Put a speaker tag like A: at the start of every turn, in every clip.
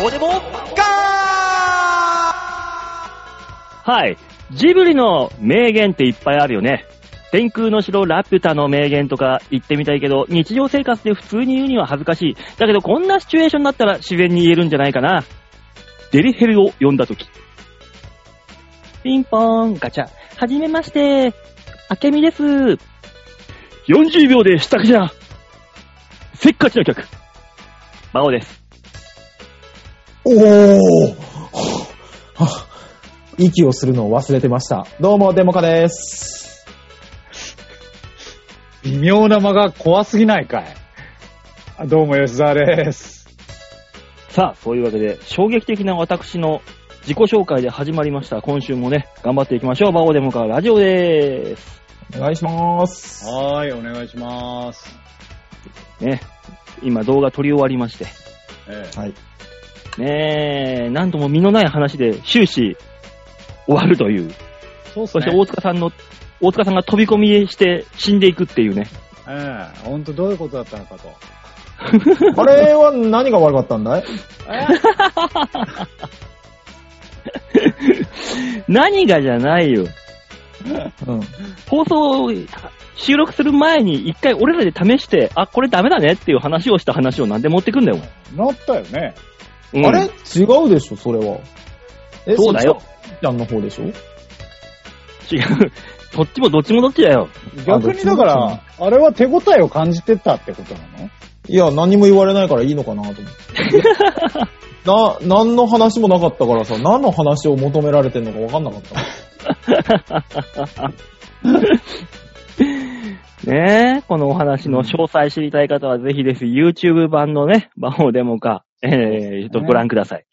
A: どうでもガ
B: はい。ジブリの名言っていっぱいあるよね。天空の城ラピュタの名言とか言ってみたいけど、日常生活で普通に言うには恥ずかしい。だけどこんなシチュエーションだったら自然に言えるんじゃないかな。デリヘルを呼んだとき。ピンポーン、ガチャ。はじめまして。あけみです。40秒で支度じゃ。せっかちの客。バオです。
C: おーは息をするのを忘れてました。どうも、デモカです。
D: 微妙な間が怖すぎないかい。あどうも、吉沢です。
B: さあ、そういうわけで、衝撃的な私の自己紹介で始まりました。今週もね、頑張っていきましょう。バオデモカラジオでーす。
C: お願いします。
D: はーい、お願いします。
B: ね。今動画撮り終わりまして。
D: え
C: はい。
B: ねえ、なんとも身のない話で終始終わるという。
D: え、そうっす
B: そし
D: ね
B: て。大塚さんの、大塚さんが飛び込みして死んでいくっていう ね。
D: ええ、ほんとどういうことだったのかと。
C: あれは何が悪かったんだい
B: 何がじゃないよ。
C: うん。
B: 放送、収録する前に一回俺らで試して、あ、これダメだねっていう話をした話をなんで持ってくんだよ。
D: なったよね。
B: うん
C: あれ違うでしょ、それは。え
B: そうだよ。。
C: そっちちゃんの方でしょ
B: 違う。 どっちもどっちもどっちだよ。
D: 逆にだから、あれは手応えを感じてたってことなの
C: いや、何も言われないからいいのかなと思 って。な、何の話もなかったからさ、何の話を求められてんのか分かんなかった。
B: ねえ、このお話の詳細知りたい方はぜひです、YouTube 版のね、魔法デモか、えー、とご覧ください。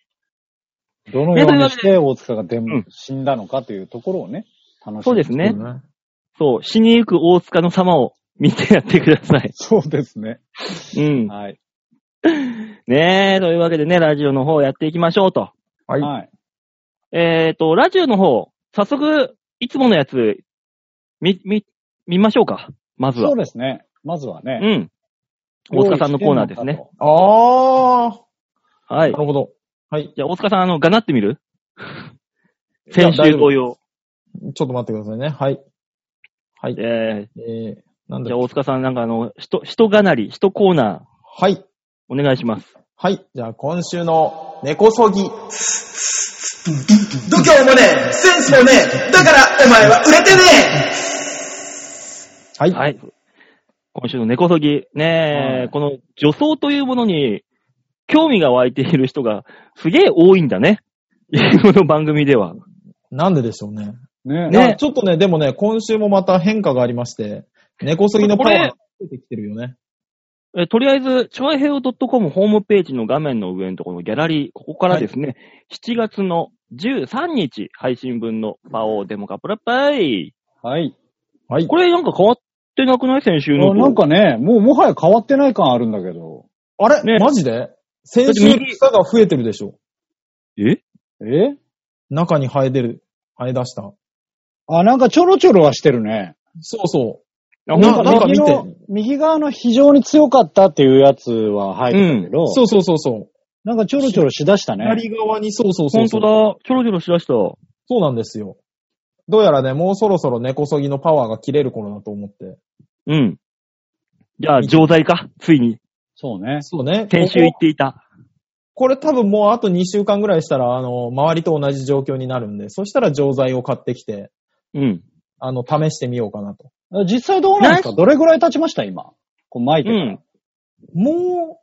D: どのようにして大塚がでも死んだのかというところをね、楽しみに
B: そうです。ね。
C: ね。
B: そう、死にゆく大塚の様を見てやってください。
D: そうですね。
B: うん。
D: はい。
B: ねえ、というわけでね、ラジオの方やっていきましょうと。
C: はい
D: はい。
B: えーと、ラジオの方、早速、いつものやつ、み、み、見ましょうか。まずは。
D: そう
B: う
D: ですね。まずはね。
B: ん。大塚さんのコーナーですね。
C: あー、
B: はい
C: な。るほど。
B: じゃあ、大塚さん、あの、がなってみる
C: いや
B: 先週同様。
C: ちょっと待ってくださいね。はい。大丈
B: え
C: えー、なん
B: ー、
C: だ
B: じゃ
C: っ
B: あ、
C: け
B: 大塚さん、なんかあの、人、人がなり、人コーナー、
C: はい。
B: お願いします。
C: はい。じゃあ今週の根こそぎ。
E: 度胸もねえ、センスもねえ、だからお前は売れてねえ
C: はい。
B: はい。今週の根こそぎ、ねえ、
D: はい
B: この女装というものに興味が湧いている人がすげえ多いんだね。 この番組では。
C: なんででしょうね。
D: ね
C: いやちょっとね、でもね、今週もまた変化がありまして、根こそぎのパワーが出てきてるよね。
B: えとりあえず、チョアヘオ .com ホームページの画面の上のところのギャラリー、ここからですね、7月の13日配信分のパオーデモカプラパイ。
D: はい。
C: はい。
B: これなんか変わってなくない先週の
D: あ
B: と。
D: なんかね、もうもはや変わってない感あるんだけど。
C: あれ、
B: ね
C: マジで先週
B: だって右
C: 草が増えてるでしょ。
B: え
D: え
C: 中に生えてる。生え出した。
D: あ、なんかちょろちょろはしてるね。
C: そうそ
B: あ
C: な
B: ほんと
C: な
B: だ
C: んか見て
D: 右の右側の非常に強かったっていうやつは入ってたけど、
C: う。そうそうそうそう。
D: なんかちょろちょろしだしたね。
C: 左側に、そうそうそ
B: ほ
C: うんそ
B: と
C: う。
B: だ。ちょろちょろしだした。
C: そうなんですよ。どうやらね、もうそろそろ根こそぎのパワーが切れる頃だと思って。
B: うん。じゃあ、錠剤かついに。
D: そうね。
C: そうね。
B: 先週言っていた。
C: これ多分もうあと2週間ぐらいしたら、あの、周りと同じ状況になるんで、そしたら錠剤を買ってきて、
B: うん。
C: あの、試してみようかなと。
D: 実際どうなんですかどれぐらい経ちました今。こう巻いて
B: う
D: から。
B: ん。
C: も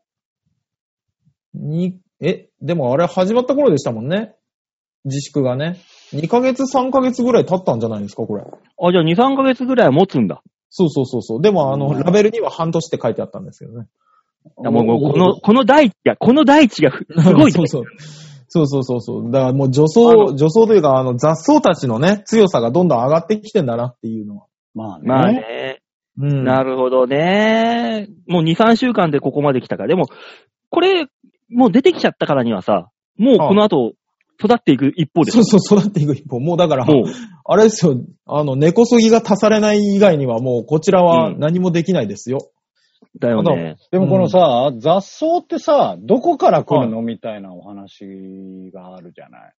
C: う、に、え、でもあれ始まった頃でしたもんね。自粛がね。2ヶ月、3ヶ月ぐらい経ったんじゃないですか、これ。
B: あ、じゃあ2、3ヶ月ぐらいは持つんだ。
C: そうそうそうそう。でも、あの、ラベルには半年って書いてあったんですけどね。
B: いやもうもうこの、この大地が、この大地がふすごい
C: そうそう。そうそうそうそう。だからもう女装、女装というか、あの、雑草たちのね、強さがどんどん上がってきてんだなっていうのは。
D: まあね。
B: まあね。
C: うん。
B: なるほどね。もう2、3週間でここまで来たから。でも、これ、もう出てきちゃったからにはさ、もうこの後、育っていく一方でしょ
C: そうそう、育っていく一方。もうだから、
B: もう、
C: あれですよ、あの、根こそぎが足されない以外にはもうこちらは
B: うん
C: 何もできないですよ。
B: だよね。
D: でもこのさ、雑草ってさ、どこから来るのみたいなお話があるじゃない。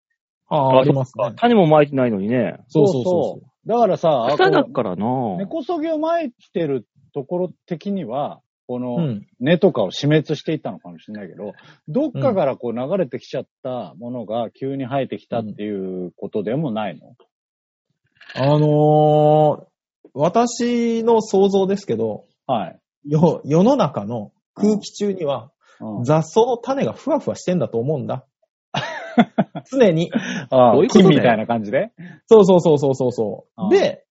C: ああ、ありますね。
B: 種も巻いてないのにね。
C: そうそうそう
D: だからさ、
B: 草だ
D: こ
B: からな
D: う根こそぎを撒いてるところ的には、こ
C: う。
D: の、
C: うん。
D: 根とかを死滅していったのかもしれないけど、どっかからこう流れてきちゃったものが急に生えてきたっていうことでもないの、
C: あのー、私の想像ですけど、
D: はい、
C: よ、世の中の空気中には
D: うん
C: 雑草の種がふわふわしてんだと思うん だ。常に。
D: あ
B: どう
D: あ
B: いうことだよ
D: 金みたいな感じで
C: そうそうそうそうそうそう
D: ああ
C: で、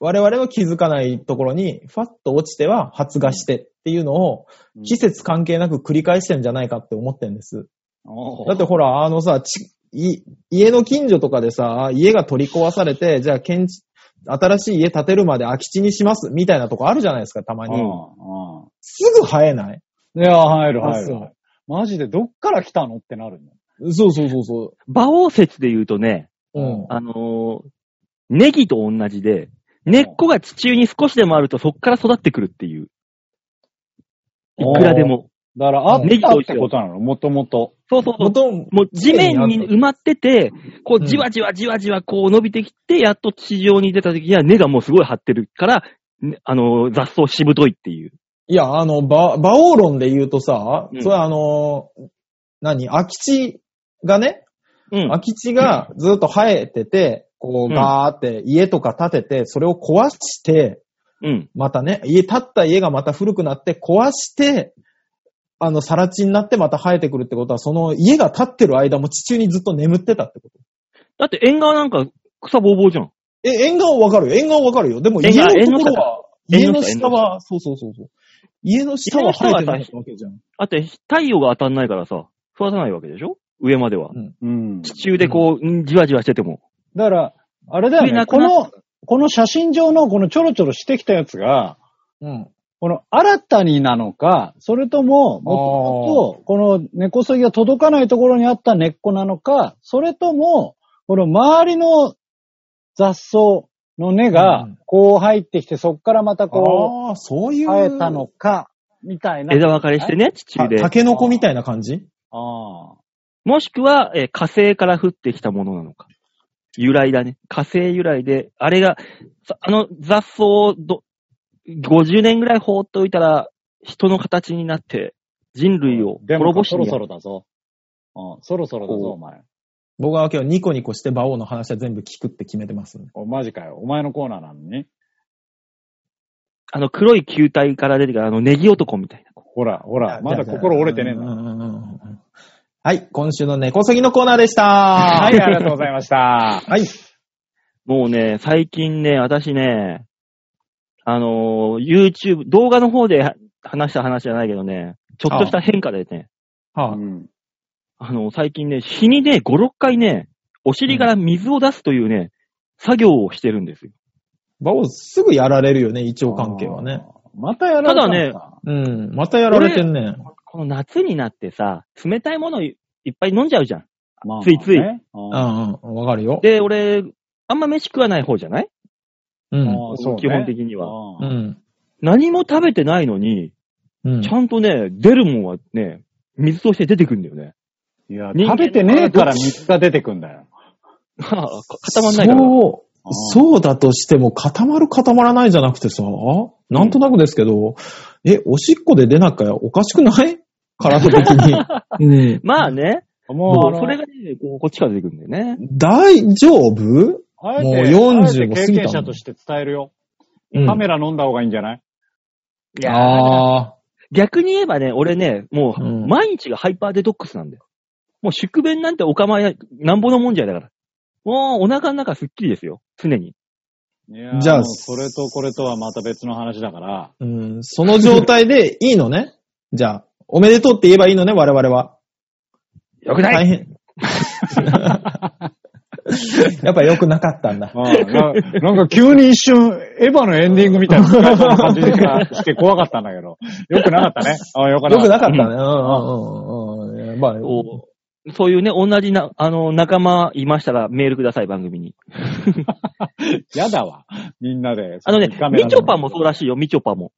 C: 我々は気づかないところに、ふわっと落ちては発芽してっていうのを、季節関係なく繰り返してんじゃないかって思ってんです。
D: おう
C: だってほら、あのさ、ちい家の近所とかでさ、家が取り壊されて、じゃあ建築、新しい家建てるまで空き地にしますみたいなとこあるじゃないですか、たま
D: うん
C: に。
D: う
C: すぐ生えない
D: ん。いや、入る入
C: あそ
D: る
C: う。
D: マジでどっから来たのってなるの。
C: そうそうそうそ
B: 馬王説で言うとね、
C: う。うん。
B: あのーネギと同じで、根っこが地中に少しでもあるとそっから育ってくるっていう。いくらでも。
D: だから、あっ
B: ネギ
D: た
B: と
D: っ
B: 一緒
D: てことなのもともと。
B: そうそうそう。
C: 元
B: もう地面に埋まってて、こうじわじわじわじわこう伸びてきて、やっと地上に出た時には根がもうすごい張ってるから、ねあのー、雑草しぶといっていう。
C: いや、あの、ば、馬王論で言うとさ、
B: うん
C: それはあの、何空き地がね、
B: うん。
C: 空き地がずっと生えてて、こ
B: う
C: う、
B: ん
C: ガーって家とか建てて、それを壊して、
B: うん。
C: またね、家、建った家がまた古くなって、壊して、あの、さら地になってまた生えてくるってことは、その家が建ってる間も地中にずっと眠ってたってこと。
B: だって縁側なんか草ぼうぼうじゃん。
C: え、縁側わかるよ。縁側わかるよ。でも
B: 縁
C: 家
B: 側
C: のところは、家
B: 縁
C: の
B: の下
C: 下は、そうそうそうそう。家の下は生えてないわけじゃん。
B: あって太陽が当たんないからさ、育たないわけでしょ上までは。
D: うん。
B: 地中でこう、うんじわじわしてても。
D: だから、あれだよ
B: 食えな
D: ね。
B: く
D: こ
B: な
D: の、この写真上のこのちょろちょろしてきたやつが、
C: うん。
D: この新たになのか、それとも、もともと、この根こそぎが届かないところにあった根っこなのか、それとも、この周りの雑草の根
C: う
D: が
C: ん、
D: こう入ってきて、そっからまたこ、
C: ああ、そういうう。
D: 生えたのか、みたいな。
B: 枝分かれしてね、地中で
C: た。タケノコみたいな感じ
D: ああ。
B: もしくは、えー火星から降ってきたものなのか。由来だね。火星由来で、あれが、さあの雑草をど、50年ぐらい放っておいたら、人の形になって、人類を
D: で
B: 滅ぼ
D: も、
B: して
D: そ
B: やる
D: ろそろだぞ。うん、そろそろだぞ、お前。
C: 僕は今日ニコニコして馬王の話は全部聞くって決めてますね。
D: おマジかよ。お前のコーナーなのに。
B: あの黒い球体から出てくる、あのネギ男みたいな。
D: ほら、ほら、まだ心折れてねえん
C: う
D: だ。
C: んうんうんうんはい、今週の根こそぎのコーナーでした。は
D: はい、ありがとうございました。
C: はい。
B: もうね、最近ね、私ね、あのー YouTube、動画の方では話した話じゃないけどね、ちょっとした変化でね、
C: は
D: うん
B: あのー最近ね、日にね、5、6回ね、お尻から水を出すというね、作業をしてるんですよ。
C: 馬王すぐやられるよね、胃腸関係はね。。
D: またやられたの
B: た
D: か。
C: うん、またやられてんね。
B: この夏になってさ、冷たいものいいっぱい飲んじゃうじゃん。
D: まあまあね
B: ついつい
D: うん
C: うんうん、わかるよ。
B: で、俺、あんま飯食わない方じゃない
C: うん。
D: あそうね
B: 基本的には。
C: う
D: あ
C: ん。
B: 何も食べてないのに、
C: うん
B: ち。ゃんとね、出るもんはね、水として出てくんだよね。
D: あいや、
B: 人間
D: 食べてねえから水が出てくんだよ。
B: 固まんないから。
C: そう
D: あー
C: そうだとしても固まる固まらないじゃなくてさ、なんとなくですけど、え、おしっこで出なきゃおかしくない体的 に。うん。
B: まあね、
D: もう、あの
B: それがね、こうこっちから出てくるんだよね。
C: 大丈夫
D: あえて
C: もう
D: あえて経
C: 45過ぎたの
D: 験者として伝えるよ。
C: うん
D: カメラ飲んだ方がいいんじゃない
B: い
C: あ
B: 逆に言えばね、俺ね、も
C: う
B: う、
C: ん
B: 毎日がハイパーデトックスなんだよ。もう宿便なんてお構いない、なんぼのもんじゃだから。もう、お腹の中すっきりですよ。常に。
D: いやー
C: じゃあ
D: もうそれとこれとはまた別の話だから。
C: あ、うん。その状態でいいのね。じゃあ、おめでとうって言えばいいのね、我々は。
B: よくない、
C: 大 変。やっぱ良くなかったんだ。
D: うんななんか急に一瞬、エヴァのエンディングみたいな使 い方の感じがして怖かったんだけど。よくなかったね。あよくなか
C: 良
D: った。
C: くなかったね。うんうんうんうん。まあ、
B: こうそういうね、同じな、あの、仲間いましたらメールください、番組に。
D: やだわ。みんなで。
B: あのね
D: カ、メラ
B: みちょぱもそうらしいよ、みちょぱも。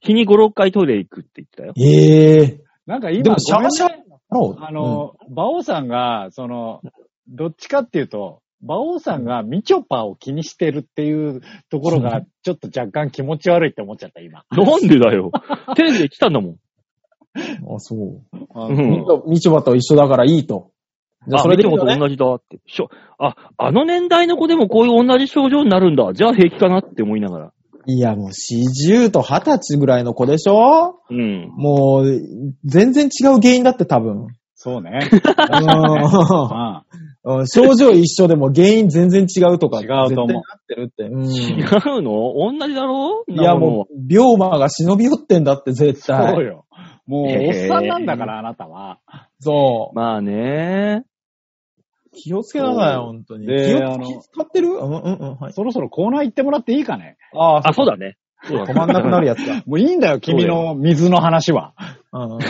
B: 日に5、6回トイレ行くって言って たよ。
C: ええ
D: なんか今、
C: でもシャワシャワ
D: ごめんね
C: ー。
D: あの、馬王さんが、その、どっちかっていうと、馬王さんがみちょぱを気にしてるっていうところが、ちょっと若干気持ち悪いって思っちゃった、今。
B: なんでだよ。テレビで来たんだもん。
C: うん、あ、そう。
D: あ
B: うん
D: の
C: みちょみちょばと一緒だからいいと。じゃあ、
B: あ、
C: そ
B: み
C: れで
B: ち
C: いい
B: もと
C: よね
B: 同じだって。しょ、あ、あの年代の子でもこういう同じ症状になるんだ。じゃあ平気かなって思いながら。
C: いや、もう40と20歳ぐらいの子でしょ
B: うん。
C: もう、全然違う原因だって 多分。
D: そうね。 あ
C: うん症状一緒でも原因全然違うとか。
D: 違うと思う
C: 絶対なってるって。うん
B: 違
C: いう
B: の同じだろい
C: や、もう、龍馬が忍び寄ってんだって、絶
D: あそう
C: 対。
D: よ。もう、
B: へ
D: お
B: ー
D: っさんなんだから、あなたは。
C: そ
B: まあね。
C: う。気をつけなさい、本当に。
D: で
C: 気
D: あ
C: を
D: の
C: 気使ってるうんうんうん。はい。
D: そろそろコーナー行ってもらっていいかね。
C: あ
B: あ、そうだね。
C: 止まんなくなるやつだ。
D: もういいんだよ、君の水の話は。
C: うん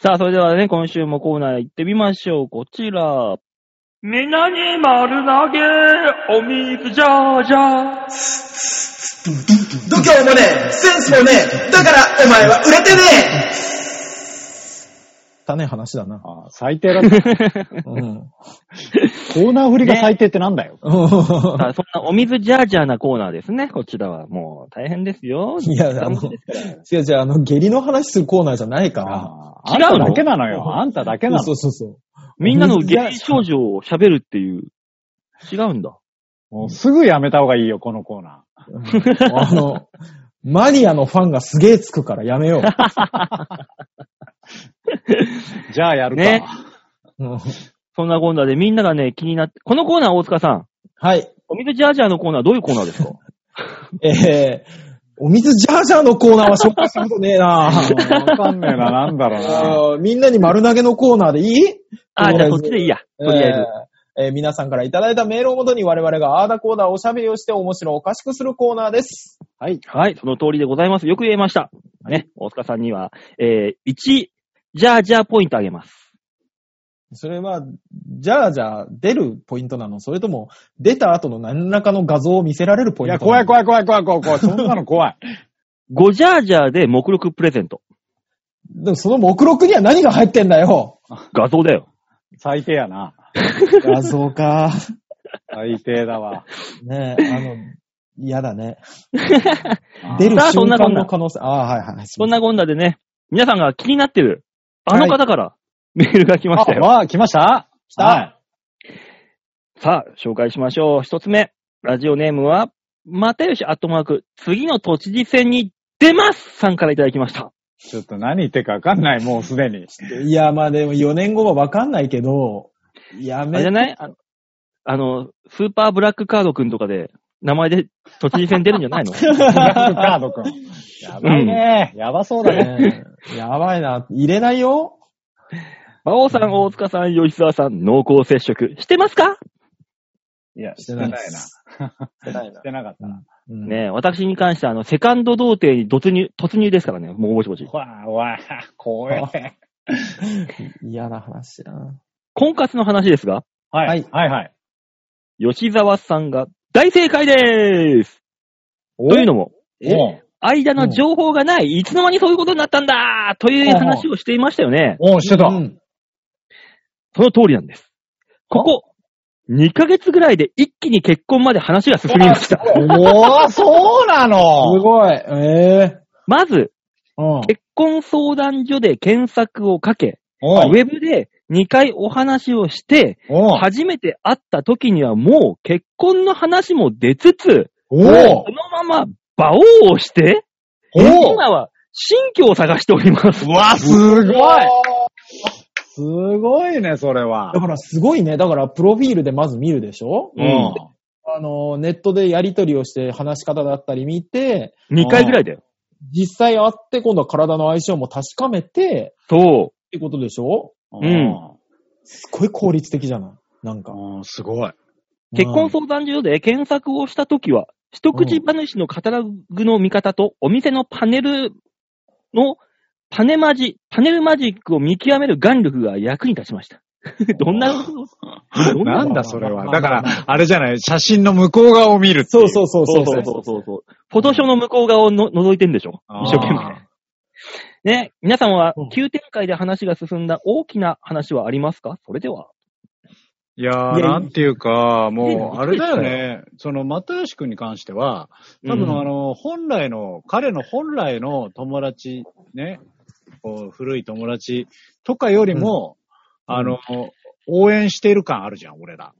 B: さあ、それではね、今週もコーナー行ってみましょう。こちら。みんなに丸投げ、おみくじゃーじゃー。
E: 度胸もねえ、センスもねえ、だからお前は売れてねえ
C: 汚い話だ な。
D: あ最低だった。
C: うん。
D: コーナー振りが最低ってなんだよ。
C: うん
B: さあ、そんなお水ジャージャーなコーナーですね。こちらはもう大変ですよ。
C: いや、あの、 違う違う、あの、下痢の話するコーナーじゃないから。
D: あ
B: 違
D: あん
B: うの
D: ただけなのよ。あんただけなの
C: そう。そうそう。
B: みんなの下痢症状を喋るっていう。違うんだ。
D: もうすぐやめた方がいいよ、このコーナ
C: うんあの、マニアのファンがすげえつくからやめよ
D: ー。じゃあやるか。
B: ね
C: う。うん
B: そんなコーナーでみんながね、気になって、このコーナー大塚さん、
C: はい。
B: お水ジャージャーのコーナーはどういうコーナーですか
C: えー、お水ジャージャーのコーナーは紹介したことねえな
D: あーわかんねえな、なんだろうな。
C: あーみんなに丸投げのコーナーでいい
B: あー、じゃあ
C: とりえず
B: そっちでいいや。とりあえず。
C: えーえー皆さんからいただいたメールをもとに我々がアーダコーダーおしゃべりをして面白おかしくするコーナーです。
D: はい。
B: はい、その通りでございます。よく言えました。ね、大塚さんには、えー、1、ジャージャーポイントあげます。
C: それは、じゃあじゃあ出るポイントなのそれとも出た後の何らかの画像を見せられるポ
D: い
C: イン
D: や、
C: トなの
D: 怖い怖い怖い怖い怖い怖い。そんなの怖い。
B: 5ジャージャーで目録プレゼント。
C: でもその目録には何が入ってんだ よ
B: 画像だよ。
D: 最低やな。
C: 画像か。
D: 最低だわ。
C: ねえ、あの、嫌だね。出る
B: さあそ
C: 瞬
B: んなこ
C: 間
B: んな
C: の可能性。ああー、はいはい。
B: そんなこんなでね、皆さんが気になってる、あの方からメールが来ました
D: あ、
B: よ。
D: わあ、来ました来
C: た
D: はい。
B: さあ、紹介しましょう。一つ目。ラジオネームは、又吉アットマーク、次の都知事選に出ますさんからいただきました。
D: ちょっと何言ってかわかんない、もうすでに。
C: いや、まあでも4年後はわかんないけど、や
B: あれ
C: め
B: じゃないあのあの、スーパーブラックカードくんとかで、名前で都知事選出るんじゃないの
D: ブラックカードくん。やばいね。やばそうだね。
C: ねえ やばいな。入れないよ。
B: 馬王さん、大塚さん、吉沢さん、濃厚接触してますか
D: いや、し
C: してて
D: な
C: ないい
D: な。
C: な
D: して
C: ないな
D: してなかったな。
C: うん
B: ねえ、私に関しては、あの、セカンド童貞に突入、突入ですからね。もうぼちぼち。
D: ほわあ、ほわあ、怖え。
C: 嫌な話だな。
B: 婚活の話ですが、
D: は
C: はいい、
D: はい、はい。
B: 吉沢さんが大正解でーす
D: お
B: というのも、
D: おう
B: 間の情報がない、いつの間にそういうことになったんだという話をしていましたよね。
D: おうしてた。
C: うん
B: その通りなんです。ここ、2ヶ月ぐらいで一気に結婚まで話が進みました。
D: おおそうな
C: す
D: の
C: ごい。ええ
B: まず、
C: うん。
B: 結婚相談所で検索をかけ、ウ
D: おう
B: ェブで2回お話をして、
D: おう
B: 初めて会った時にはもう結婚の話も出つつ、
D: お
B: そのまま馬王をして、
D: お
B: 今は新居を探しております。
D: わ、すごいすごいね、それは
C: だ。からすごいね。だから、プロフィールでまず見るでしょ
B: うん
C: あの、ネットでやり取りをして話し方だったり見て、
B: 2回ぐらいだよ。
C: 実際会って今度は体の相性も確かめて、
B: そう。
C: ってことでしょ
B: うん
C: すごい効率的じゃないなんか。
D: うん。うん、すごい。
B: 結婚相談所で検索をしたときは、一口話のカタログの見方とお店のパネルのパネマジ、パネルマジックを見極める眼力が役に立ちま した。どんな、どん
D: な
B: な、
D: んだそれは。だから、あれじゃない、写真の向こう側を見るってい
C: そうそうそうそうそう。
B: そうそう。フォトショーの向こう側をの覗いてんでしょ
D: あー
B: 一生懸命。ね、皆さんは
C: うん
B: 急展開で話が進んだ大きな話はありますかそれでは。
D: いや
C: い
D: ー、
C: や
D: なんていうか、
B: いい
D: も
B: の
D: う、あれだよね。その、又吉くんに関しては、多
B: うん
D: 分あの、本来の、彼の本来の友達、ね、こう、古い友達とかよりも、
C: うん
D: あの、応援している感あるじゃん、俺ら。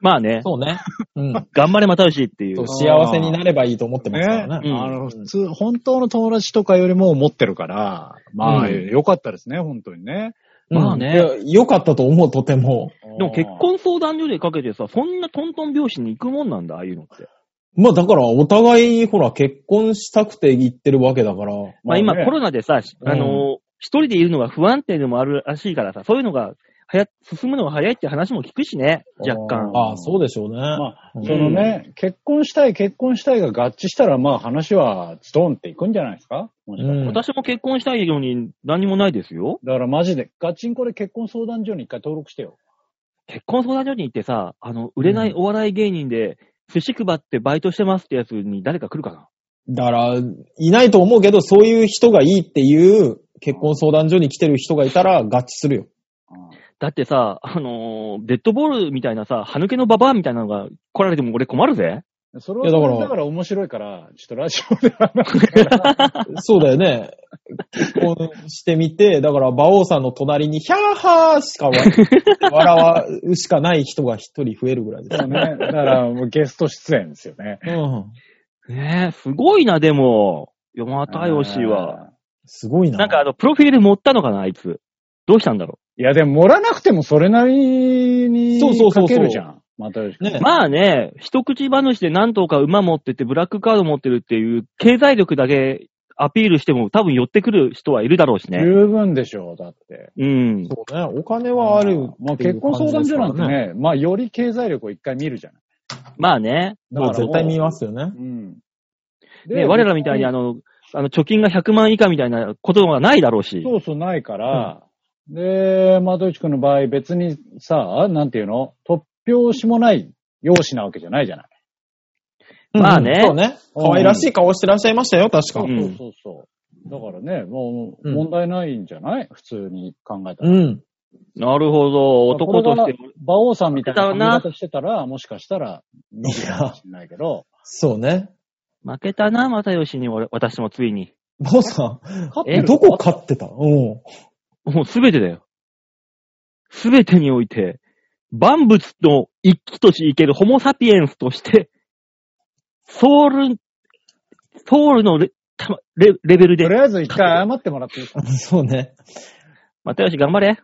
B: まあね、
C: そうね。うん。
B: 頑張れ又吉ってい
C: そうう。幸せになればいいと思ってますから
B: う
C: ね。
B: ん
D: あの、普通、本当の友達とかよりも思ってるから、まあ、
B: うん
D: よかったですね、本当にね。
C: うん
B: まあね
C: いや良かったと思う、とても。
B: でも結婚相談所でかけてさ、そんなトントン拍子に行くもんなんだ、ああいうのって。
C: まあだから、お互い、ほら、結婚したくて言ってるわけだから。
B: まあ
D: ま
B: 今
D: あね
B: コロナでさ、あの、一人でいるのが不安定でもあるらしいからさ、そういうのが、はや、進むのが早いって話も聞くしね、若干。
C: ああ、そうでしょうね。
D: まあ、
C: うん
D: そのね、結婚したい、結婚したいが合致したら、まあ話はストンっていくんじゃないですかもしかしたら
C: うん
B: 私も結婚したいように何もないですよ。
D: だからマジで、ガチンコで結婚相談所に一回登録してよ。
B: 結婚相談所に行ってさ、あの、売れないお笑い芸人で、寿司配ってバイトしてますってやつに誰か来るかな。
C: だから、いないと思うけど、そういう人がいいっていう、結婚相談所に来てる人がいたら合致す るよ。
B: だってさ、あのーデッドボールみたいなさ、歯抜けのババアみたいなのが来られても俺困るぜ。
D: それ
C: い
D: は
C: やだから
D: それだから面白いから、ちょっとラジオで話す
C: そうだよね。結婚してみて、だから、馬王さんの隣に、ヒャーハーしか笑笑わうしかない人が一人増えるぐらいです
D: よね。だ からもうゲスト出演ですよね。
C: うん。
B: ねえ、すごいな、でも。よまたよしは。。
C: すごいな。
B: なんかあの、プロフィール持ったのかな、あいつ。どうしたんだろ
D: いや、でも盛らなくてもそれなりに
C: そうそうそうそ
D: か
C: う
D: けるじゃん。またよし君
C: ね
B: う。まあね、一口話で何頭か馬持ってて、ブラックカード持ってるっていう、経済力だけアピールしても多分寄ってくる人はいるだろうしね。
D: 十分でしょう、だって。
B: うん。
C: そうね。お金はあるっていう
D: まあ結婚相談所なんて
C: 感じですから。
D: ね、まあより経済力を一回見るじゃない。
B: まあね。
D: だ
C: もう
D: から
C: 絶対見ますよね。
D: うん。
B: ね、我らみたいにあの、あの、貯金が100万以下みたいなことがないだろうし。
D: そうそうないから、で、まといちくんの場合別にさ、なんていうの突拍子もない容姿なわけじゃないじゃない。
B: まあね
C: うんそうね。可愛らしい顔してらっしゃいましたよ、確か。
B: ん
D: そうそうそう。だからね、もう
C: うん
D: 問題ないんじゃない、普通に考えた
C: う
D: ら。
C: ん。
B: なるほど。男として
D: これが。馬王さんみたいな
B: だ
D: 髪
B: な
D: 型してたら、もしかしたら、見てたかもしれないけど、
C: そうね。
B: 負けたな、又吉に俺、私もついに。
C: 坊さ
D: 勝っ
B: え
D: て
C: ん、
D: る
C: どこ勝ってたうん。
B: もうすべてだよ。すべてにおいて、万物の一気とし生けるホモサピエンスとして、ソウル、ソウルのレたまレレベル
D: と
B: で
D: り、あえず一回謝ってもらっていいですか
C: そうね。
B: 又吉頑張れ。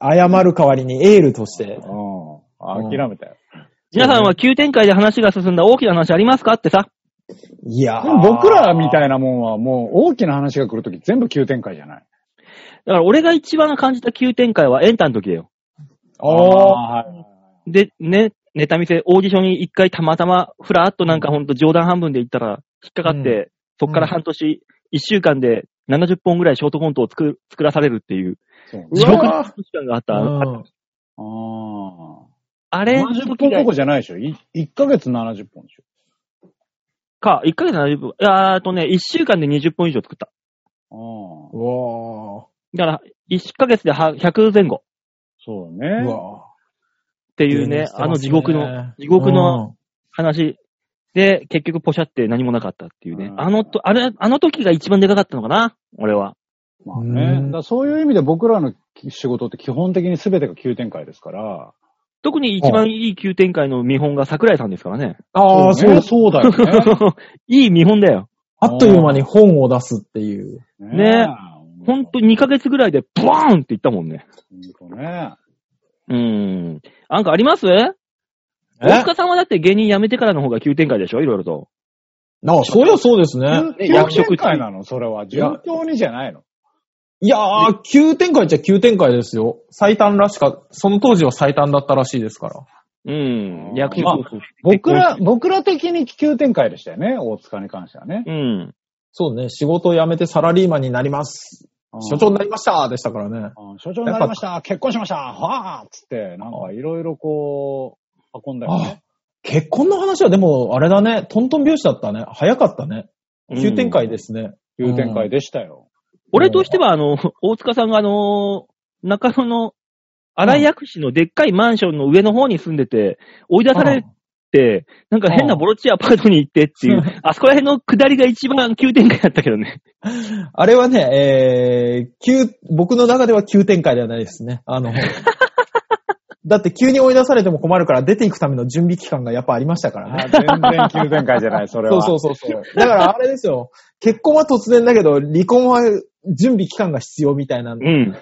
C: 謝る代わりにエールとして。
D: うん。諦めたよ。
B: 皆さんは急展開で話が進んだ大きな話ありますかってさ。
C: いやー
D: でも僕らみたいなもんはもう大きな話が来るとき全部急展開じゃない。
B: だから俺が一番感じた急展開はエンタの時だよ。
C: ああ。
D: あー。はい
B: で、ね、ネタ見せ、オーディションに一回たまたま、ふらっとなんかほんと冗談半分で言ったら、引っかかって、
C: う
B: そっから半年、一週間で70本ぐらいショートコントを作る作らされるっていう、
D: そう
C: う
B: 地獄の
C: わ
B: 半年間があった。
C: うん
D: ああ。
B: あれの
D: 70
B: 時
D: 本ど
B: だ
D: こじゃないでしょ。い1ヶ月70本でしょ。
B: か、1ヶ月70本、あーっとね、1週間で20本以上作った。
D: ああ。
C: うわ
B: だから、1ヶ月では100前後
D: そう
C: ー
D: ね。
C: うわ
B: って
C: ー
B: いうね、あの地獄の、、地獄の話で、結局ポシャって何もなかったっていうね
D: う。ん
B: あのと、あれ、あの時が一番でかかったのかな俺は。
D: まあ
C: う
D: ね。
C: ん
D: だからそういう意味で僕らの仕事って基本的に全てが急展開ですから。
B: 特に一番いい急展開の見本が桜井さんですからね。
C: ああ、そう
D: ね。そうだよ ね。
B: いい見本だよ。
C: あっという間に本を出すっていう。
B: ねほんと2ヶ月ぐらいで、ブワーンって言ったもんね。
D: ほんとね。
B: うーん。なんかあります大
C: え
B: 塚さんはだって芸人辞めてからの方が急展開でしょいろいろと。
C: あそりゃそうですね。
B: ね
D: 急
B: 役
D: 急
B: 職
D: 展開なのそれは。順調にじゃないの。
C: いやー、急展開っちゃ急展開ですよ。最短らしか、その当時は最短だったらしいですから。
B: う
D: あ
B: ん。
D: ー
B: 役職、
D: まあ僕ら、僕ら的に急展開でしたよね。大塚に関してはね。
B: うん。
C: そうね、仕事を辞めてサラリーマンになります。所長になりましたでしたからね。
D: うん所長になりました。結婚しました。はぁつって、なんかいろいろこう、運んだよね。
C: 結婚の話はでも、あれだね、トントン拍子だったね。早かったね。急展開ですね。
D: いう展開でしたよ。
B: 俺としては、あの、大塚さんが、あのー中野の荒井薬師のでっかいマンションの上の方に住んでて、追い出されて、なんか変なボロチアパートに行ってっていう、あそこら辺の下りが一番急展開だったけどね。
C: あれはね、えー、急、僕の中では急展開ではないですね。 あの、だって急に追い出されても困るから出ていくための準備期間がやっぱありましたからね。
D: あ全然急展開じゃない、それ
C: そう
D: は。
C: そうそうそう。だからあれですよ。結婚は突然だけど、離婚は準備期間が必要みたいなんで。
B: うん。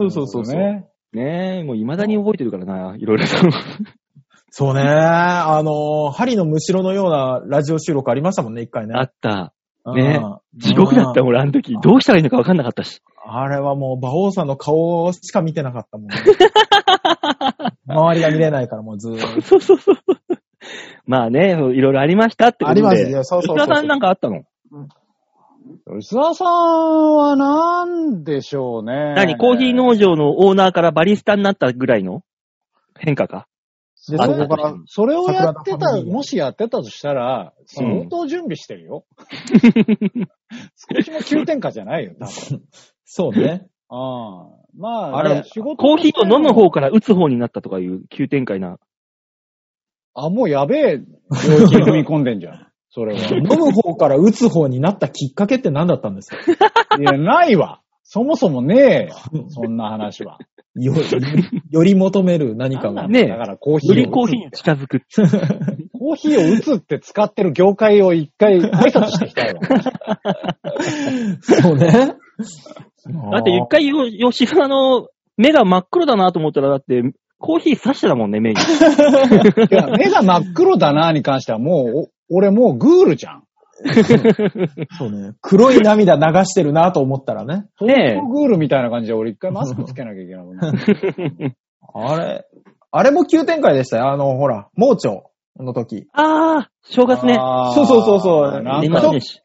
D: う
C: そうそうそうそう
D: ね。
B: ねえ、もう未だに覚えてるからな、いろいろと。
C: そうね。あのー、針のむしろのようなラジオ収録ありましたもんね、一回ね。
B: あった。
C: うん
B: ね地獄だった、俺、あの時。どうしたらいいのか分かんなかったし。
C: あれはもう、馬王さんの顔しか見てな かったもん、ね。周りが見れないから、もうずーっ
B: そうそうそう。まあね、いろいろありましたってことで。
C: と。ありますよ、そうそう
B: 吉田
C: そう
B: さんなんかあったの
D: 吉田さんは何でしょうね。
B: 何コーヒー農場のオーナーからバリスタになったぐらいの変化か
D: で、
C: あ
D: それ
C: だから
D: それをやって
C: 桜田ファ
D: た、
C: ミリー
D: もしやってたとしたら、相当準備してるよ。少しも急展開じゃないよ、多分。
C: そうね。
D: ああまあ、
C: あれ
D: 仕事
B: コーヒーを飲む方か
D: か。
B: ら打つ方になったとかいう急展開な。
D: あ、もうやべえ領域に踏み込んでんじゃん。そ れは。
C: 飲む方から打つ方になったきっかけって何だったんですか
D: いや、ないわ。そもそもねえよ。そんな話は。
C: よ、より求める何かが。
B: ねえ
D: だからコーヒ
B: より
D: ー
B: コ
D: を
B: ーヒーに近づく。
D: コーヒーを打つって使ってる業界を一回挨拶してきたいわ。
C: そうね。だ
B: だって一回よ、吉田の目が真っ黒だなと思ったら、だって、コーヒー刺してたもんね、 目に。
D: いや、目が真っ黒だなに関してはもう、お俺もうグールじゃん。
C: そうね。黒い涙流してるなと思ったらね。
B: ね
D: グールみたいな感じで俺一回マスクつけなきゃいけなくなる。
B: え。
C: あれ、あれも急展開でしたよ。あの、ほら、盲腸の時。
B: ああ、正月ね。
D: あー
C: そうそうそうそう
D: なん
B: 年
D: か
B: 末年始。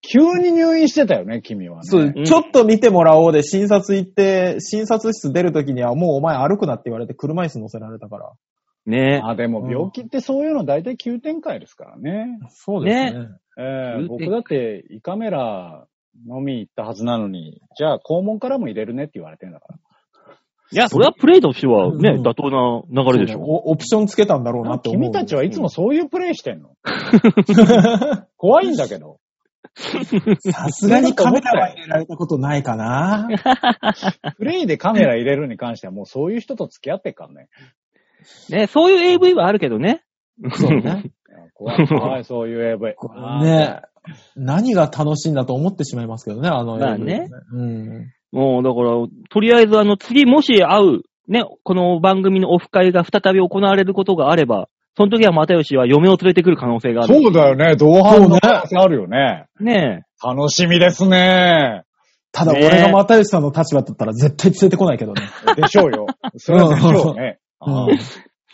D: 急に入院してたよね、君はね。
C: そう、
B: うん
C: ちょっと見てもらおうで診察行って、診察室出る時にはもうお前歩くなって言われて車椅子乗せられたから。
B: ね
D: あ、でも病気ってそういうの大体急展開ですからね。
C: そう
B: ですね
D: ええ
B: 急展開
D: 僕だって胃カメラのみ行ったはずなのに、じゃあ肛門からも入れるねって言われてんだから。
B: え。いや、それはプレイとしてはね、
C: うん
B: 妥当な流れでしょ。
C: オプションつけたんだろうなって思う。
D: 君たちはいつもそういうプレイしてんの怖いんだけど。
C: さすがにカメラは入れられたことないかな。
D: プレイでカメラ入れるに関してはもうそういう人と付き合ってっからね。
B: ねそういう AV はあるけどね。
C: そうね。
D: 怖い、怖い、そういう AV。
C: ね何が楽しいんだと思ってしまいますけどね、あの、
B: まあね。
C: うん。
B: もう、だから、とりあえず、あの、次、もし会う、ね、この番組のオフ会が再び行われることがあれば、その時は又吉は嫁を連れてくる可能性がある。
D: そうだよね、同伴の可能性あるよね。
B: ね
D: 楽しみですね。
C: ただ
B: ね
C: 俺が又吉さんの立場だったら絶対連れてこないけどね。
D: でしょうよ。それはでしょうね。あ
C: うん
B: え。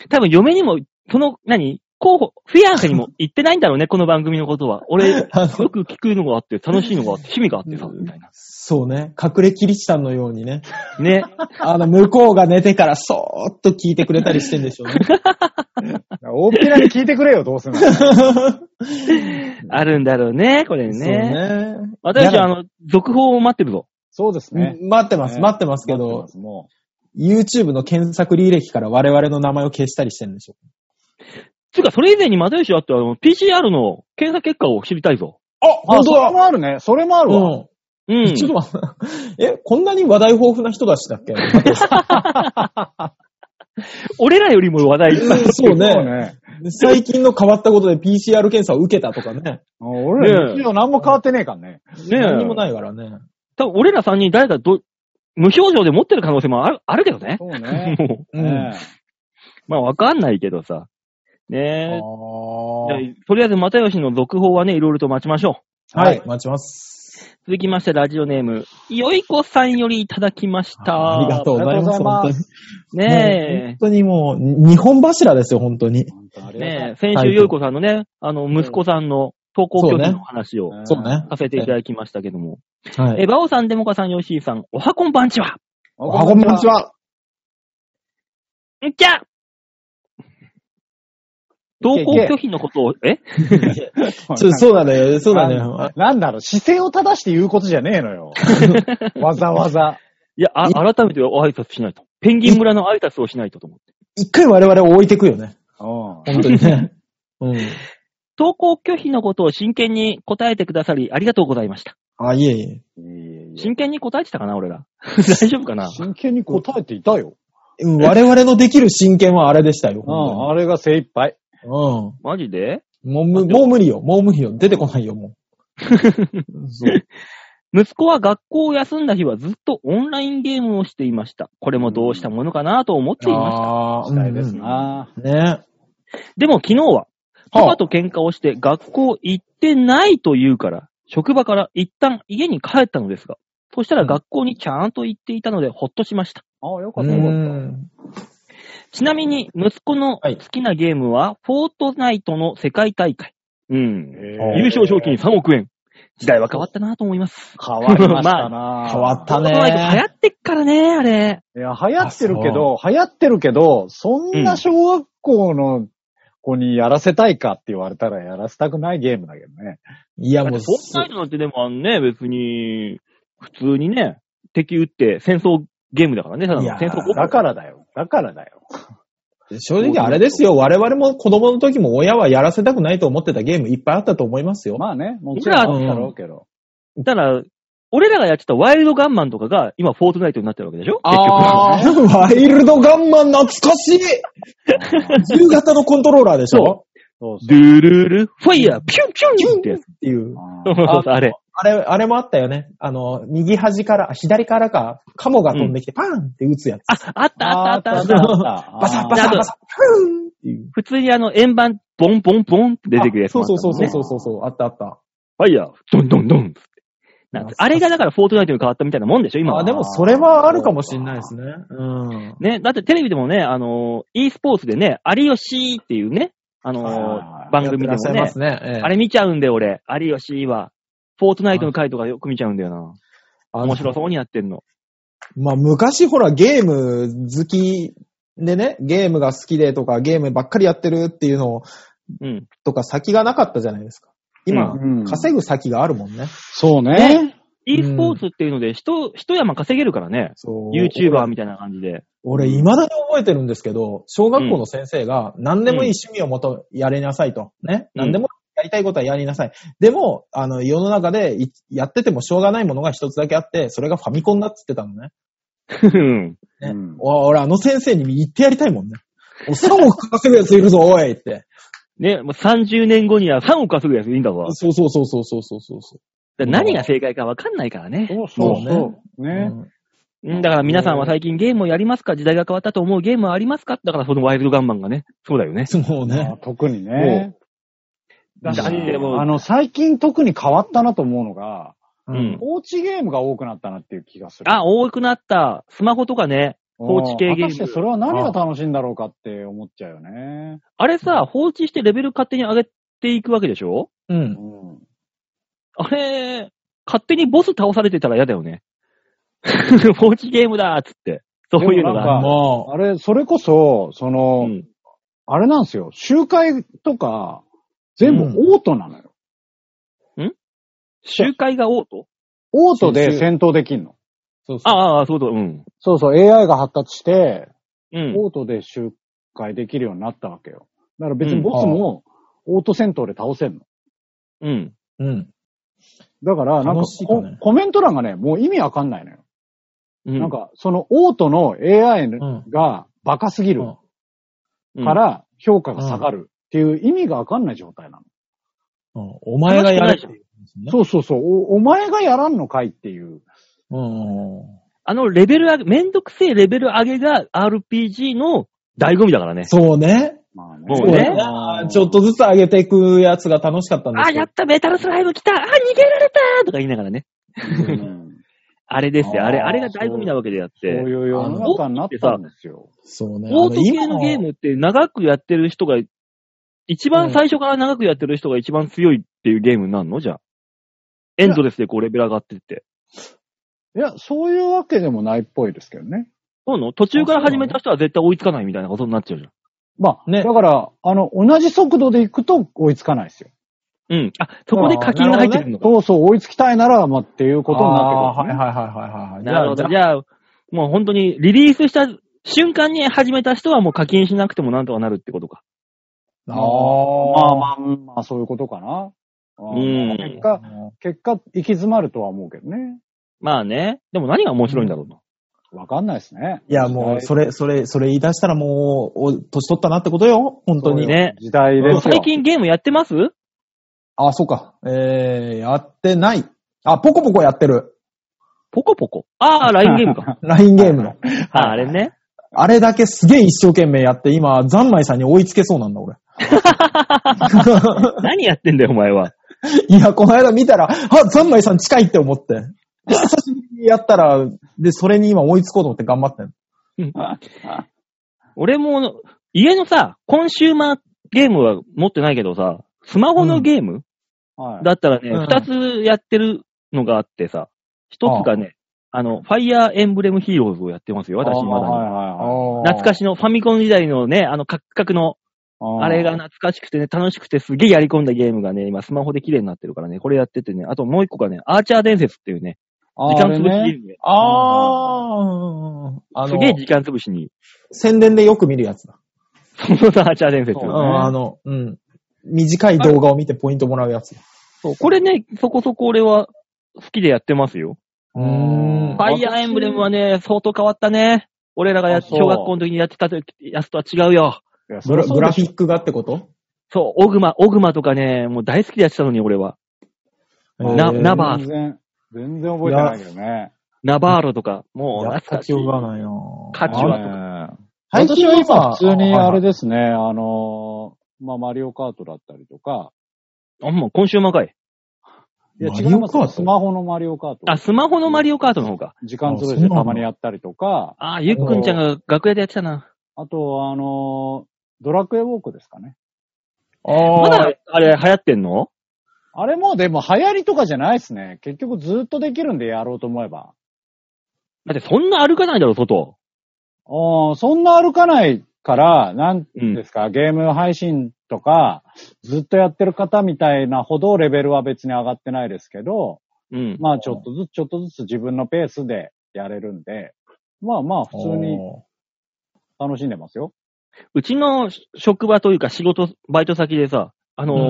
B: 多分嫁にも、その、何候補、フィアンセにも言ってないんだろうね、この番組のことは。俺、よ
C: あの
B: く聞くのがあって、楽しいのがあって、趣味があってさ、みたいな。
C: そうね。隠れキリシタンのようにね。
B: ね。
C: あの、向こうが寝てからそーっと聞いてくれたりしてんでしょう ね。
D: あ大っぴらに聞いてくれよ、どうすんの。
B: あるんだろうね、これね。
C: そうね。
B: 又吉は、
C: 嫌
B: あ
C: な
B: の、続報を待ってるぞ。
D: そうですね。
C: 待ってます、
D: ね
C: 待ってますけ
D: 待って
C: ど
D: ま、すも
C: YouTube の検索履歴から我々の名前を消したりしてるんでしょ。
B: つうか、それ以前に又吉はあって、あの、PCR の検査結果を知りたいぞ。
D: うあ、それもあるね。それもあるわ。
C: うん。
B: うん。
C: ちょっと待って。 え、こんなに話題豊富な人だしたっけ
B: 俺らよりも話題いっぱい。
C: そう
D: そう
C: ね。
D: ね。
C: 最近の変わったことで PCR 検査を受けたとかね。
D: 俺ら日常何も変わってねえからね。
B: ねえ
C: 何もないからね。
B: 多分俺ら3人誰かど、無表情で持ってる可能性もある、あるけどね。
D: そうね。
B: も
C: うん
D: ね
B: う、まあわかんないけどさ。ねえ。じゃ
C: あ
B: あとりあえず、又吉の続報はね、いろいろと待ちましょ
C: ーはい、待ちます。
B: う。続きまして、ラジオネーム、よいこさんよりいただきました。
C: ありがとうございます、本当に。
B: う。
C: もう本
B: ね
C: 当にもう、日本柱ですよ、本当に。
B: え。ねえ、先週、よいこさんのね、あの、息子さんの登校拒否の話を
D: うん
C: そうね。
B: させていただきましたけども。
C: は
B: え、
C: い。
B: バオさん、デモカさん、ヨッシーさん、おはこんばんちは。
D: あ
C: あ、こんばんち。は。
B: んちゃ投稿拒否のことを、え
C: そうそうなのよ、そうなのよ。あ
D: なんだろう、姿勢を正して言うことじゃねえのよ。わざわざ。
B: いや、あ、改めて挨拶しないと。ペンギン村の挨拶をしないとと思って。
C: 一回我々置いてくよね。
D: うん
C: 本当にね。 うん。
B: 投稿拒否のことを真剣に答えてくださり、ありがとうございました。
C: あ、いえい
D: いえ
C: え。
D: いえ
B: 真剣に答えてたかな、俺ら。 大丈夫かな
D: 真剣に答えていたよ。
C: うん我々のできる真剣はあれでしたよ。
D: うん、あれが精一杯。
C: うん。
B: マジで
C: もうむ、もう無理よ。もう無理よ。出てこないよ、もう。そう
B: 息子は学校を休んだ日はずっとオンラインゲームをしていました。これもどうしたものかなと思っていまし
C: あー
D: 時代です
C: うん
D: な。
C: うんね。
B: た。でも昨日は、パパと喧嘩をして学校行ってないと言うから、職場から一旦家に帰ったのですが、そしたら学校にちゃんと行っていたのでほっとしました。
D: ああ、よか
C: う
D: ったよかっ
C: ん。
B: ちなみに、息子の好きなゲームは、フォートナイトの世界大会。うん
D: た。。
C: ー
B: 優勝賞金3億円。時代は変わったなと思います。
D: 変わりましたな。
C: 変わった
B: フォートナイト流
C: ね。
B: 行ってっからね、あれ。
D: いや、流行ってるけど、流行ってるけど、そんな小学校の子にやらせたいかって言われたらやらせたくないゲームだけどね。
C: いや、
B: だっ
C: も
B: て
C: う
B: フォートナイトなんてでもあのね、別に、普通にね、敵撃って戦争ゲームだからね、ただの
C: いやー
B: 戦争ごっこ
D: だからだよ。だからだよ。
C: 正直あれですよ。我々も子供の時も親はやらせたくないと思ってたゲームいっぱいあったと思いますよ。
D: まあね、もちろんあったろうけど。
B: だから、俺らがやってたワイルドガンマンとかが、今フォートナイトになってるわけでしょ
C: あー、ワイルドガンマン懐かしい銃型のコントローラーでしょ
D: そう
B: 結局。ド
D: そう。
B: ゥルル、ファイヤー、ピュンピュンってやつ。
C: っていう。
B: そうそうそう、 あれ。
C: あれ、あれもあったよね。あの、右端から、あ左からか、カモが飛んできて、パーンって撃つやつ。
B: あ、あったあったあったあった。
D: た
C: バサッバサッバサッ、プーンっていう。
B: 普通にあの、円盤、ボンボンボンって出てくるやつも
C: そ
B: あ
C: う
B: ったもんね、
C: そうそうそうそうそうそう、あったあった。
B: ファイヤー、ドンドンドンっつってなんかあれがだからフォートナイトに変わったみたいなもんでしょ、今は
C: あ、でもそれはあるかもしれないですね。うん。
B: ね、だってテレビでもね、あのー、e スポーツでね、有吉っていうね、あのー
D: はいはいはい
B: 番組で
C: や
B: も
C: ってらっしゃい
B: ね
C: ますね。ええ
B: あれ見ちゃうんで、俺、有吉は。フォートナイトの回とかよく見ちゃうんだよな。面白そうにやってんの。
C: まあ、昔ほらゲーム好きでね、ゲームが好きでとか、ゲームばっかりやってるっていうの
B: うん。
C: とか先がなかったじゃないですか。今、
D: うん
C: 稼ぐ先があるもんね。
D: そうね
B: ね。e スポーツっていうので、人、一山稼げるからね。
C: そう。
B: YouTuber みたいな感じで。
C: 俺、未だに覚えてるんですけど、小学校の先生が、何でもいい趣味をもと、やれなさいと。ね。
B: うん
C: 何でもやりたいことはやりなさい。でも、あの、世の中でいやっててもしょうがないものが一つだけあって、それがファミコンだっつってたのね。
B: うん
C: ね
D: うん
C: お俺、あの先生に言ってやりたいもんね。お3億稼ぐやついるぞ、おいって。
B: ね、もう30年後には3億稼ぐやついいんだぞ。
C: そうそうそうそうそうそうそうそう。
B: だから何が正解か分かんないからね。
D: そうそうそう。
C: う
D: ね。
C: ん
B: うんだから皆さんは最近ゲームをやりますか時代が変わったと思うゲームはありますかだからそのワイルドガンマンがね。そうだよね。
C: もう
D: まあ
C: ね。
D: 特にね。だし、
B: だってもう
D: あの、最近特に変わったなと思うのが、
B: うん
D: 放置ゲームが多くなったなっていう気がする。
B: あ、多くなった。スマホとかね。放置系ゲーム
D: うん果たしてそれは何が楽しいんだろうかって思っちゃうよね。
B: あれさ、放置してレベル勝手に上げていくわけでしょ
C: うん。
D: うん
B: あれ、勝手にボス倒されてたら嫌だよね。 放置ゲームだーっつって。そういうの
D: でもなん
B: が。
D: か
C: も
D: あれ、それこそ、その、
B: うん
D: あれなんですよ、集会とか、全部オートなのよ。
B: 周回がオート
D: オートで戦闘できんの。
C: う、そうそう
B: ああ、そうだ、うん。
D: そうそう、AI が発達して、
B: うん。
D: オートで集会できるようになったわけよ。だから別にボスも、オート戦闘で倒せんの。
B: うん。
C: うん。
D: だから、なんか
C: 楽しいか
D: コ、
C: ね
D: コメント欄がね、もう意味わかんないのよ。
B: うん。
D: なんか、そのオートの AI の
C: う
D: がバカすぎる
C: うん
B: うん、
D: から評価が下がるっていう意味がわかんない状態なの。
C: うんお前がやれっていうね
D: そうそうそうお。お前がやらんのかいっていう。
C: うん。
B: あの、レベル上げ、めんどくせえレベル上げが RPG の醍醐味だからね。
C: そうね。
D: まあね。
B: そ
C: そうう
B: ね
C: ね。あーちょっとずつ上げていくやつが楽しかったんで
B: あ、
C: すけど。
B: やったメタルスライム来たあ、逃げられたとか言いながらね。
D: うん
B: あれですよ。
D: あー
B: あれ、あれが醍醐味なわけであっ
D: そう
B: て。
D: いう世の中になったんですよ。
C: そうね。
B: オート系のゲー
C: ム。
B: ムって長くやってる人が、一番最初から長くやってる人が一番強いっていうゲームになるのじゃあ。エンドレスでこうレベル上がってって。
D: いや、そういうわけでもないっぽいですけどね。
B: そうなの途中から始めた人は絶対追いつかないみたいなことになっちゃうじゃん。
D: まあ、
C: ね
D: だから、あの、同じ速度で行くと追いつかないですよ。
B: うん。あ、そこで課金が入ってくるのか。
D: そうそう、追いつきたいなら、まあ、っていうことになってくる、ね。
C: あーはいはいはいはいはい。
B: なるほど。
C: じゃあ
B: じゃあ、もう本当にリリースした瞬間に始めた人はもう課金しなくてもなんとかなるってことか。
C: あ
D: まあまあ、うんまあ、そういうことかな。
B: うん
D: 結果、結果、行き詰まるとは思うけどね。
B: まあね。でも何が面白いんだろうな。
D: わかんないですね。
C: いや、もう、それ、それ、それ言い出したらもう、お年取ったなってことよ。本当に。
B: そうよね
D: 時代ですよ。
B: 最近ゲームやってます
C: あ、そうか。えー、やってない。あ、ポコポコやってる。
B: ポコポコ。ああ、LINE ゲ ームか。
C: LINE ゲームの。
B: ああ、あれね。
C: あれだけすげえ一生懸命やって、今、ザンマイさんに追いつけそうなん だ、俺。
B: 何やってんだよ、お前は。
C: いや、この間見たら、あ、ザンマイさん近いって思って。久しぶりにやったら、で、それに今追いつこうと思って頑張ってんの
B: 俺も、家のさ、コンシューマーゲームは持ってないけどさ、スマホのゲーム、
D: はい。
B: だったらね、
C: うん
B: 二、つやってるのがあってさ、一つがね、あの、ファイヤーエンブレムヒーローズをやってますよ、私、まだ
D: あー
B: に。
D: はいはいはい
B: 懐か
C: しい。
B: しの、ファミコン時代のね、あの、カッカクの、
D: ー
B: あれが懐かしくてね、楽しくてすげえやり込んだゲームがね、今スマホで綺麗になってるからね、これやっててね、あともう一個がね、アーチャー伝説っていうね、
D: あ
B: 時
D: ーあ
B: 間
D: れ
B: 潰しゲ
D: ね。
B: ームで、
C: あー、あ
B: すげえ
C: の、
B: 時間潰しに、
C: 宣伝でよく見るやつだ。、
B: そのさ、アーチャー伝説
D: そううんね
C: あの、うん。短い動画を見てポイントもらうやつ。
B: そう、これね、そこそこ俺は好きでやってますよ。
C: うーん
B: ファイヤーエンブレムはね、相当変わったね。俺らがや
D: あそう
B: 小学校の時にやってた時やつとは違うよ。
D: いやそ
C: ブ
D: りゃ
C: ラ
D: そうで
C: グラ
D: し
C: フ
D: ょ
C: ィックがってこと
B: そう、オグマ、オグマとかね、もう大好きでやってたのに俺は。な
C: えー
B: ナバー
D: 全然、全然覚えてないけどね。
B: ナバーロとか、もう
C: やっ
B: 懐
C: た
B: かしい
C: 記。憶がないな
B: カキは
D: ね
C: 最
D: 私
C: 近
D: は
C: は
D: 今、普通にあれ
C: で。
D: ですね、あのー、まあ、マリオカートだったりとか、
B: あ、もう今週魔かい。
D: いや、
C: マ
D: 違
C: リ
D: い
C: オ
D: ま
C: カート
D: すスマホのマリオカート。
B: あ、スマホのマリオカートの方か。
D: 時間潰
C: あ
D: し
C: そうな
D: て
C: んだ
D: たまにやったりとか、
B: あ、ゆっくんちゃんが楽屋でやってたな。
D: あと、あのー、ドラクエウォークですかね。
B: ま
C: あ
B: だあれ流行ってんの
D: あれもでも流行りとかじゃないですね。結局ずっとできるんでやろうと思えば。
B: だってそんな歩かないだろ、外。
D: あーそんな歩かないから、なんですか、ゲーム配信とか、ずっとやってる方みたいなほどレベルは別に上がってないですけど、
B: うん。
D: まあちょっとずつちょっとずつ自分のペースでやれるんで、まあまあ普通に楽しんでますよ。
B: うちの職場というか仕事、バイト先でさ、あのー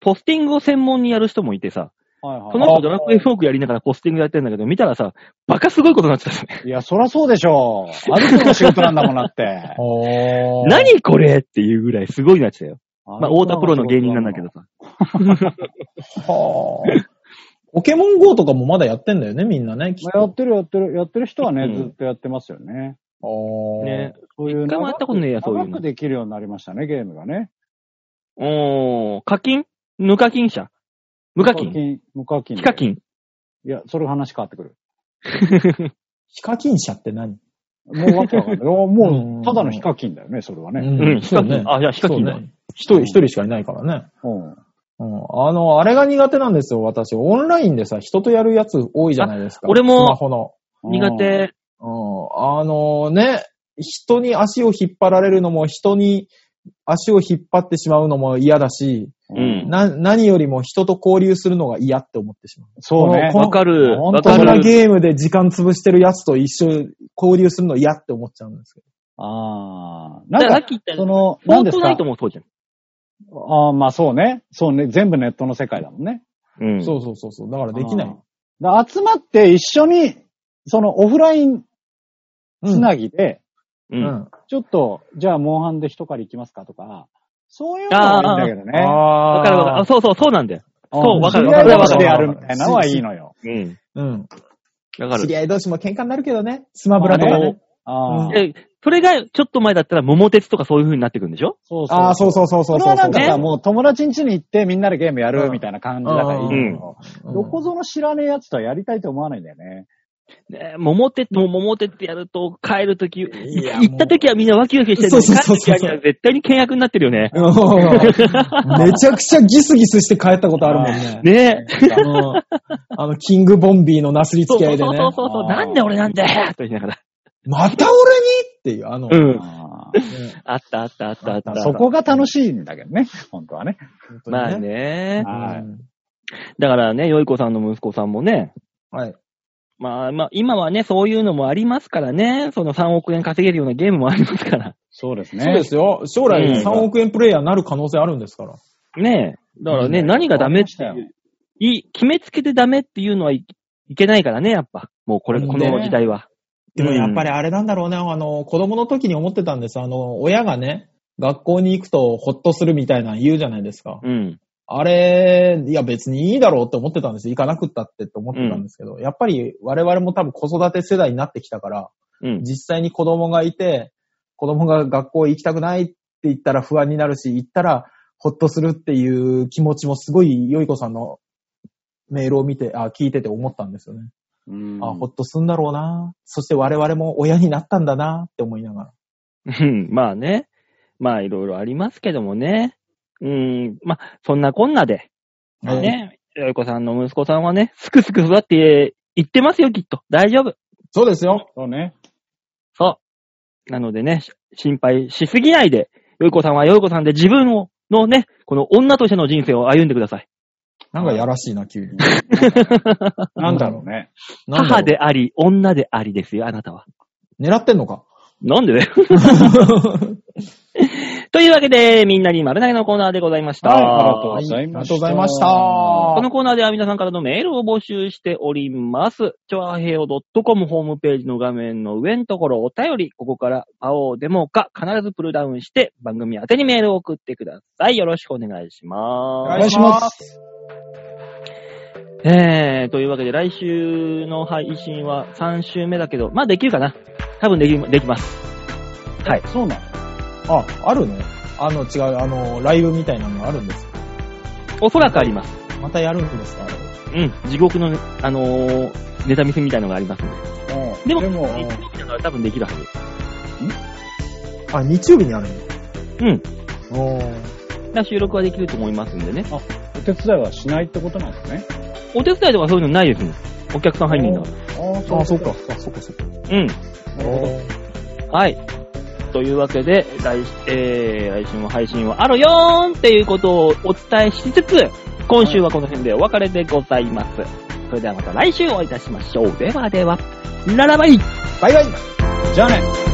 B: ポスティングを専門にやる人もいてさ、
D: はいはい。
B: この人ドラクエフォークやりながらポスティングやってんだけど、見たらさ、バカすごいことになってたね。
D: いや、そらそうでしょう。ある人の仕事なんだもんなって。
C: おー
B: 何これっていうぐらいすごいなってたよ。 まあ、太田プロの芸人なんだけど。さ。
C: はーポケモン GO とかもまだやってんだよね、みんなね。きっ
D: まあやってるやってる、やってる人はね、
B: うん
D: ずっとやってますよね。
C: と
B: ね。
D: そういう
B: 一回もやったことねえや、そういう
D: 長
B: の
D: く。できるようになりましたね、ゲームがね。
B: おー、課金無課金者無課金
D: 無課金。
B: 非課。金
D: いや、それ話変わってくる。
C: ヒカキン社って何
D: もうわけわか んない。いや
C: う
D: も
C: ん
D: う、ただのヒカキンだよね、それはね。
B: うん、非課
C: そう
B: 金。あ、じゃあ非課金だ
C: そう。ね一人、一人しかいないからね。
D: うん。
C: うん。あの、あれが苦手なんですよ、私。オンラインでさ、人とやるやつ多いじゃないですか。
B: あ俺も
C: スマホの。
B: 苦手。
C: うん。あのね、人に足を引っ張られるのも、人に足を引っ張ってしまうのも嫌だし、
D: うん。
B: うん
C: な、何よりも人と交流するのが嫌って思ってしまう。
D: そうね。
C: この
B: わかる。
D: ほん
B: わ
D: と
B: か
C: こんな
B: る。
C: ゲームで時間潰してるやつと一緒交流するの嫌って思っちゃうんですけ
D: ああ。
B: だから
D: な
B: さっ
D: んか、
B: き言ったよ
D: そう
B: に
D: の、
B: フォ
D: 何
B: ー
D: です
B: トナイ
D: か
B: トもそうじゃん。
D: ああ、まあそうね。そうね。全部ネットの世界だもんね。
B: うん。
C: ど。そうそうそうそう。だからできない。
D: あー。だ集まって一緒に、そのオフラインつなぎで、
B: う。
C: うんん。
D: ちょっと、じゃあ、モンハンで一狩り行きますかとか、そういうのはいいんだけどね。
B: わかるわかる。あ、そうそう、そうなんだよ。そうわかるわかる
D: 知り合い同士でやるみたいなのはいいのよ。
B: うん。
C: うん。
B: わか
C: 知
B: る。
C: り合い同士も喧嘩になるけどね。スマブラとか
D: まあ
C: ね
D: ね。ああ、
B: え、それがちょっと前だったら桃鉄とかそういう風になってくるんでしょ
D: そうそう。
C: ああ、そうそうそうそう
D: それ
C: そう。
D: はなんかさ、
C: ね
D: もう友達ん家に行ってみんなでゲームやるみたいな感じだからいいけど、
C: うん
D: どこぞの知らねえやつとはやりたいと思わないんだよね。
B: ね桃鉄、もう桃鉄やると帰るとき、
C: いや
B: 行ったときはみんなワキワキしてるのに
C: そう
B: 帰
C: そう
B: る
C: そうそう
B: ときは絶対に倹約になってるよね。
C: うんめちゃくちゃギスギスして帰ったことあるもんね。
B: ねえ。
C: うん あの、キングボンビーのなすりつ
B: そう
C: け
B: そ
C: 合
B: う
C: いでね。
B: そうそうそう、
D: あー
B: なんで俺なんだよと言いながら。
C: また俺にっていう、あの、
B: うん。
D: ああ
B: あったあったあったあった。
D: ーそこが楽しいんだけどね、本当はね。
B: まあ。ね。
D: は
C: うん
B: だからね、よいこさんの息子さんもね、
C: はい。
B: まあまあ、今はね、そういうのもありますからね、その3億円稼げるようなゲームもありますから。
D: そうですね。
C: そうですよ。将
B: う
C: 来
B: ん
C: 3億円プレイヤーになる可能性あるんですから。
B: ねえ。だからね、
D: うん
B: 何がダメって
D: わかりま
B: いう、い決めつけてダメっていうのはいいけないからね、やっぱ。もうこれ、
C: うん
B: この時代は。
C: でもやっぱり
B: り。
C: あれなんだろうね、あの、子供の時に思ってたんです。あの、親がね、学校に行くとホッとするみたいなの言うじゃないですか。
B: うん。
C: あれ、いや別にいいだろうって思ってたんです。行かなくったってって思ってたんですけど、やっぱり我々も多分子育て世代になってきたから、
B: うん。
C: 実際に子供がいて、子供が学校行きたくないって言ったら不安になるし、行ったらほっとするっていう気持ちもすごい、よいこさんのメールを見て、あ、聞いてて思ったんですよね。
D: うん
C: あ、ほっとすんだろうな。そして我々も親になったんだなって思いながら。
B: うん まあね。まあいろいろありますけどもね。うん。まあ、そんなこんなで。
C: はい
B: ね。よいこさんの息子さんはね、すくすく育っていってますよ、きっと。大丈夫。
C: そうですよ。
D: そうね。
B: そう。なのでね、し心配しすぎないで、よいこさんはよいこさんで自分を、のね、この女としての人生を歩んでください。
C: なんかやらしいな、急に。
D: なんだろ うね。
C: なんだろ
B: 母
C: う
B: であり、女でありですよ、あなたは。
C: 狙ってんのか。
B: なんで だよ。というわけで、みんなに丸投げのコーナーでございました。
D: はいありがとう
C: は
D: ご
C: い
D: ざ
C: あ
D: い
C: り
D: ま
C: が
D: した
C: とうございました。
B: このコーナーでは皆さんからのメールを募集しております。超和平洋 .com ホームページの画面の上のところお便り、ここから会おうでもか必ずプルダウンして番組宛てにメールを送ってください。よろしくお願いし
C: お
B: ま
C: 願
B: す。
C: いします。
B: えー、というわけで来週の配信は3週目だけど、まあできるかな多分でき、できます。はい。
D: そうなの
C: あ、あるのあの、違う、あの、ライブみたいなのあるんですか
B: おそらくあります。
C: またやるんですか
B: うん。地獄のね、あのー、ネタ見せみたいのがありますんで。
D: うん
B: でも、
D: でも、
B: 日曜日だから多分できるはず。
C: あ、日曜日にあるんだ。
B: うん。
C: お
B: な収録はできると思いますんでね。
D: お手伝いはしないってことなんですね。
B: お手伝いとかそういうのないですね。お客さん入んないんだか
D: あ
C: あ、そうか。。あ、そうか、そうか。
B: ら。うん。
D: なるほど。
B: はい。というわけで、来、えー、来週も配信はあるよーんっていうことをお伝えしつつ、今週はこの辺でお別れでございます。それではまた来週お会いいたしましょう。ではでは、ララバイ
C: バイバイ
D: じゃあね。